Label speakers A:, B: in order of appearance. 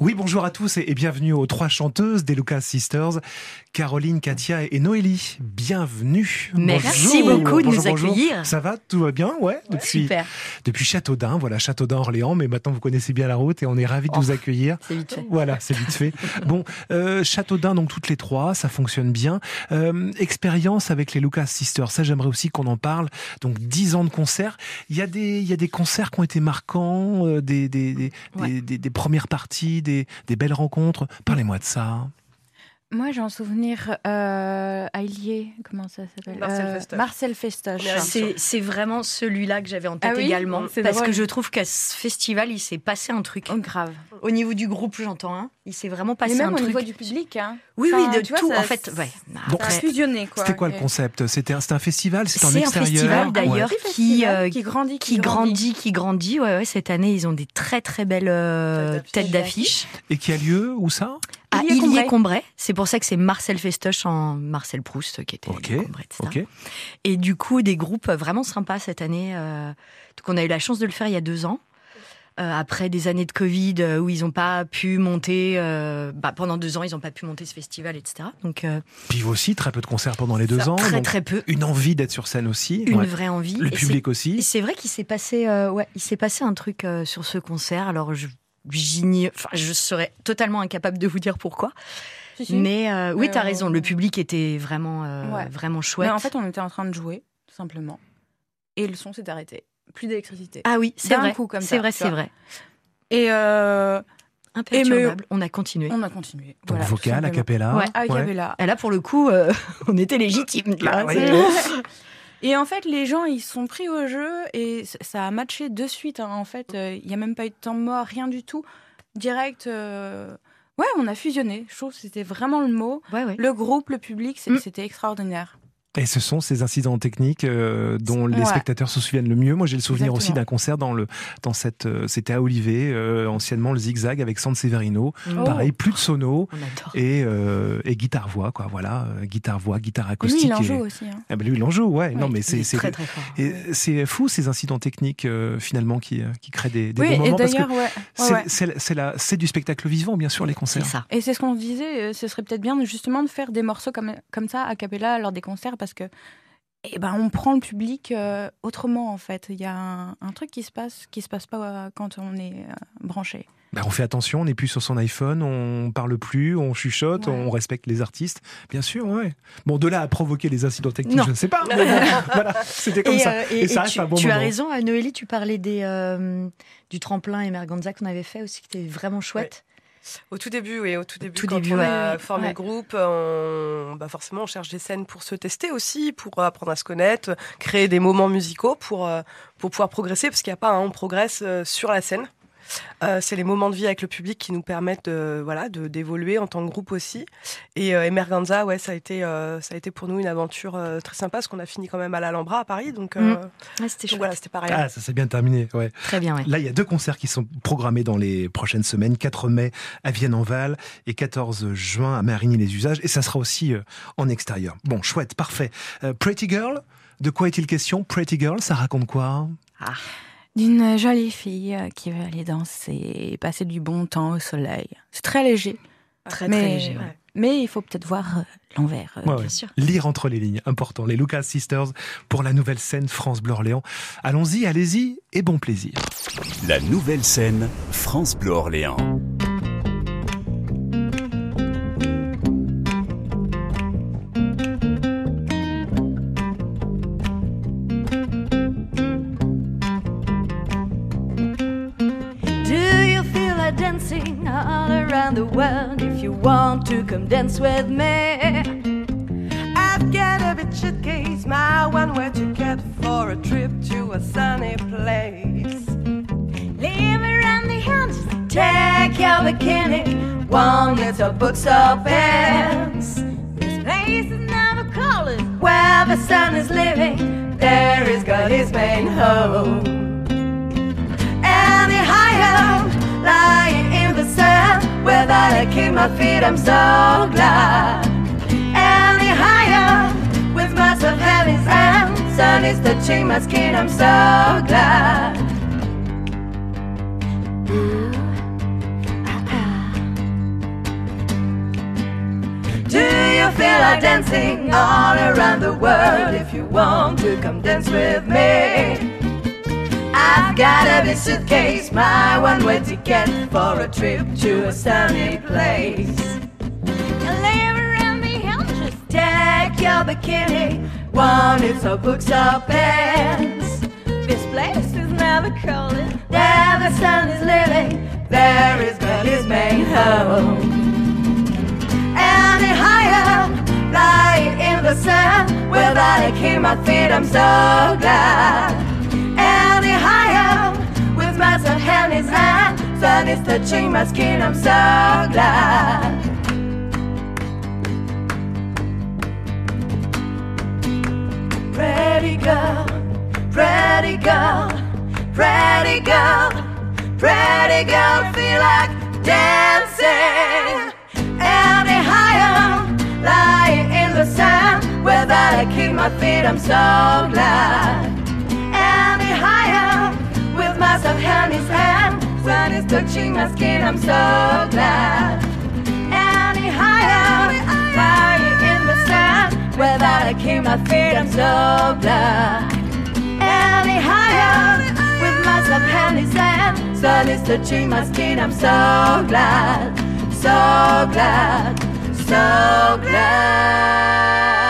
A: Oui, bonjour à tous et bienvenue aux trois chanteuses des Lucas Sisters, Caroline, Katia et Noélie. Bienvenue.
B: Merci
A: Bonjour.
B: beaucoup de
A: Bonjour,
B: nous
A: bonjour.
B: accueillir.
A: Ça va, tout va bien, ouais. Depuis,
B: Super,
A: depuis Châteaudun, voilà Châteaudun Orléans, mais maintenant vous connaissez bien la route et on est ravi de
B: Oh.
A: vous accueillir.
B: c'est vite fait.
A: Voilà, c'est vite fait. Bon, euh, Châteaudun, donc toutes les trois, ça fonctionne bien. Euh, expérience avec les Lucas Sisters, ça j'aimerais aussi qu'on en parle. Donc 10 ans de concerts. Il y, a des- il y a des concerts qui ont été marquants, euh, des, des, des,
C: Ouais.
A: des- des- des premières parties, des, des belles rencontres. Parlez-moi de ça.
C: Moi, j'ai un souvenir euh, à Illier, comment ça s'appelle
D: Marcel
C: Euh,
D: Festoche.
C: Marcel Festoche.
D: Bien sûr.
B: C'est c'est vraiment celui-là que j'avais en tête
C: Ah oui
B: également.
C: C'est
B: Parce
C: drôle.
B: que je trouve qu'à ce festival, il s'est passé un truc.
C: Oh, grave.
B: Au niveau du groupe, j'entends, hein, il s'est vraiment
C: Mais
B: passé
C: même
B: un
C: au
B: truc.
C: niveau du public, hein.
B: Oui, oui,
C: Enfin,
B: de
C: tu vois,
B: tout.
C: ça-
B: en fait, ouais.
A: Donc,
D: Ça a
B: Après,
D: fusionné quoi.
A: C'était quoi le
D: Et-
A: concept C'était c'était un festival C'était en
B: euh, C'est un
A: extérieur
B: festival d'ailleurs
C: Ouais.
B: qui, euh,
C: qui grandit,
B: qui grandit, qui grandit. Ouais, ouais, cette année, ils ont des très très belles euh,
D: Têtes
B: têtes d'affiche.
A: Et qui a lieu où ça
B: À
C: Illier-Combray.
B: Illier-Combray. C'est pour ça que c'est Marcel Festoche en Marcel Proust qui était à
A: Ok,
B: Illier-Combray, etc.
A: Ok.
B: Et du coup, des groupes vraiment sympas cette année. euh, donc, on a eu la chance de le faire il y a deux ans. Euh, après des années de Covid euh, où ils n'ont pas pu monter, euh, bah, pendant deux ans, ils n'ont pas pu monter ce festival, etc. Donc, euh,
A: Puis vous aussi, très peu de concerts pendant les deux ans.
B: très,
A: Oh, donc
B: très peu.
A: Une envie d'être sur scène aussi.
B: Une
A: Ouais.
B: vraie envie.
A: Le
B: Et c'est-
A: public
B: et
A: aussi.
B: c'est vrai qu'il s'est passé, euh, ouais, il s'est passé un truc euh, sur ce concert. Alors, je, j'ign- enfin, je serais totalement incapable de vous dire pourquoi.
C: Si, si. Mais,
B: Mais euh, oui,
C: Euh,
B: tu as raison. Le public était vraiment, euh,
C: Ouais.
B: vraiment chouette.
D: en fait, on était en train de jouer, tout simplement. Et le son s'est arrêté. Plus d'électricité.
B: ah oui, c'est
D: d'un
B: vrai.
D: coup, comme
B: c'est
D: ça,
B: vrai,
D: tu
B: c'est
D: vois.
B: vrai.
D: Et euh,
B: Imperturbable. On a continué.
D: on a continué.
A: Donc
D: voilà, tout
A: vocal, a
D: simplement.
A: cappella.
B: Ouais,
E: Ah,
D: A cappella.
B: Et là, pour le coup, euh, on était légitime.
A: Bah oui.
D: Et en fait, les gens, ils se sont pris au jeu et c- ça a matché de suite. hein. En fait, euh, il n'y a même pas eu de temps mort, rien du tout. Direct. euh, Ouais, on a fusionné. Je trouve que c'était vraiment le mot.
B: Ouais, ouais.
D: Le groupe, le public, c'est-
B: Mm.
D: c'était extraordinaire.
A: Et ce sont ces incidents techniques euh, dont les
D: Ouais.
A: spectateurs se souviennent le mieux. Moi, j'ai le souvenir aussi
D: Exactement.
A: d'un concert dans le dans cette euh, c'était à Olivet, euh, anciennement le Zigzag avec San Severino.
D: Oh.
B: Mm.
A: Pareil, plus de sono
B: On adore.
A: et, euh, et guitare voix quoi. Voilà, euh, guitare voix, guitare acoustique.
D: Lui, il en
A: et-
D: joue aussi. hein.
A: Ah ben lui, il en joue. Ouais. Non,
D: Oui,
A: mais
B: Il
A: c'est
B: est
A: c'est
B: très très fort.
A: et c'est fou ces incidents techniques euh, finalement qui euh, qui créent des, des
D: Oui,
A: bons
D: et
A: moments parce que
D: d'ailleurs, ouais. ouais,
A: c'est
D: ouais.
A: c'est- c'est la- c'est du spectacle vivant bien sûr les
B: C'est
A: concerts.
B: ça.
D: Et c'est ce qu'on se disait, euh, ce serait peut-être bien de- justement de faire des morceaux comme, comme ça, a cappella, lors des concerts, parce que eh ben, on prend le public euh, autrement, en fait. Il y a un, un truc qui se passe, qui se passe pas euh, quand on est euh, branché.
A: Ben, on fait attention, on n'est plus sur son iPhone, on parle plus, on chuchote,
D: Ouais.
A: on respecte les artistes. Bien sûr, ouais. Bon, de là à provoquer les incidents techniques,
B: Non.
A: je ne sais pas. mais bon, voilà, c'était comme ça.
B: euh,
A: Et ça reste
B: tu,
A: un bon
B: tu as
A: moment.
B: raison, euh, Noélie, tu parlais des, euh, du tremplin Emerganza qu'on avait fait aussi, qui était vraiment chouette.
F: Au tout début, oui, au tout début,
B: tout
F: quand
B: début,
F: on
B: ouais.
F: a
C: Ouais.
F: formé le groupe, on, bah forcément, on cherche des scènes pour se tester aussi, pour apprendre à se connaître, créer des moments musicaux pour, euh, pour pouvoir progresser, parce qu'il n'y a pas, un on progresse euh, sur la scène. Euh, c'est les moments de vie avec le public qui nous permettent de, voilà, de, d'évoluer en tant que groupe aussi. Et euh, Emerganza, ouais, ça a, été, euh, ça a été pour nous une aventure euh, très sympa, parce qu'on a fini quand même à l'Alhambra à Paris, donc, euh,
B: Mm.
F: donc
B: Ouais, c'était chouette.
F: voilà, c'était pareil.
A: Ah, ça s'est bien terminé. Ouais.
B: Très bien, ouais.
A: Là, il y a deux concerts qui sont programmés dans les prochaines semaines 4 mai à Vienne-en-Val et 14 juin à Marigny-les-Usages. Et ça sera aussi euh, en extérieur. Bon, chouette, parfait. Euh, Pretty Girl, de quoi est-il question Pretty Girl, ça raconte quoi
D: D'une jolie fille euh, qui veut aller danser et passer du bon temps au soleil. C'est très léger,
B: Très
D: Mais-
B: très léger, ouais.
F: Ouais.
D: mais il faut peut-être voir euh, l'envers. euh,
A: Ouais, ouais.
B: Bien sûr.
A: Lire entre les lignes, important. Les Lucas Sisters pour la nouvelle scène France Bleu Orléans. Allons-y, allez-y et bon plaisir.
G: La nouvelle scène, France Bleu Orléans.
E: Do you feel like dancing all around the world? If you want to come dance with me,
F: I've got a bit suitcase, my one way ticket for a trip to a sunny place.
E: leave around the house, take your bikini, one little books or pants. This place is never cold, it's where the sun is living. There is God, his main home. Any higher, lying in the sand, where that I keep my feet, I'm so glad. Any higher, with myself having sand, sun is touching my skin, I'm so glad. Ooh, ah, ah. still are dancing all around the world. If you want to come dance with me, I've got a big suitcase, my one-way ticket for a trip to a sunny place. Take your bikini, one is her books or pants. This place is never calling. There the sun is living, there is but his main home. Any higher, lying in the sun, without a kick in my feet, I'm so glad. Any higher, with my sun hand in hand, sun is touching my skin, I'm so glad. Pretty girl, pretty girl, pretty girl, pretty girl, feel like dancing. Any higher, lying in the sand, without a kick my feet, I'm so glad. Any higher, with myself hand in hand, sun is touching my skin, I'm so glad. Any higher, lying in the sand, Without a kick, my feet, I'm so glad. Any higher, with myself hand in hand, sun is touching my skin, I'm so glad, so glad, so glad.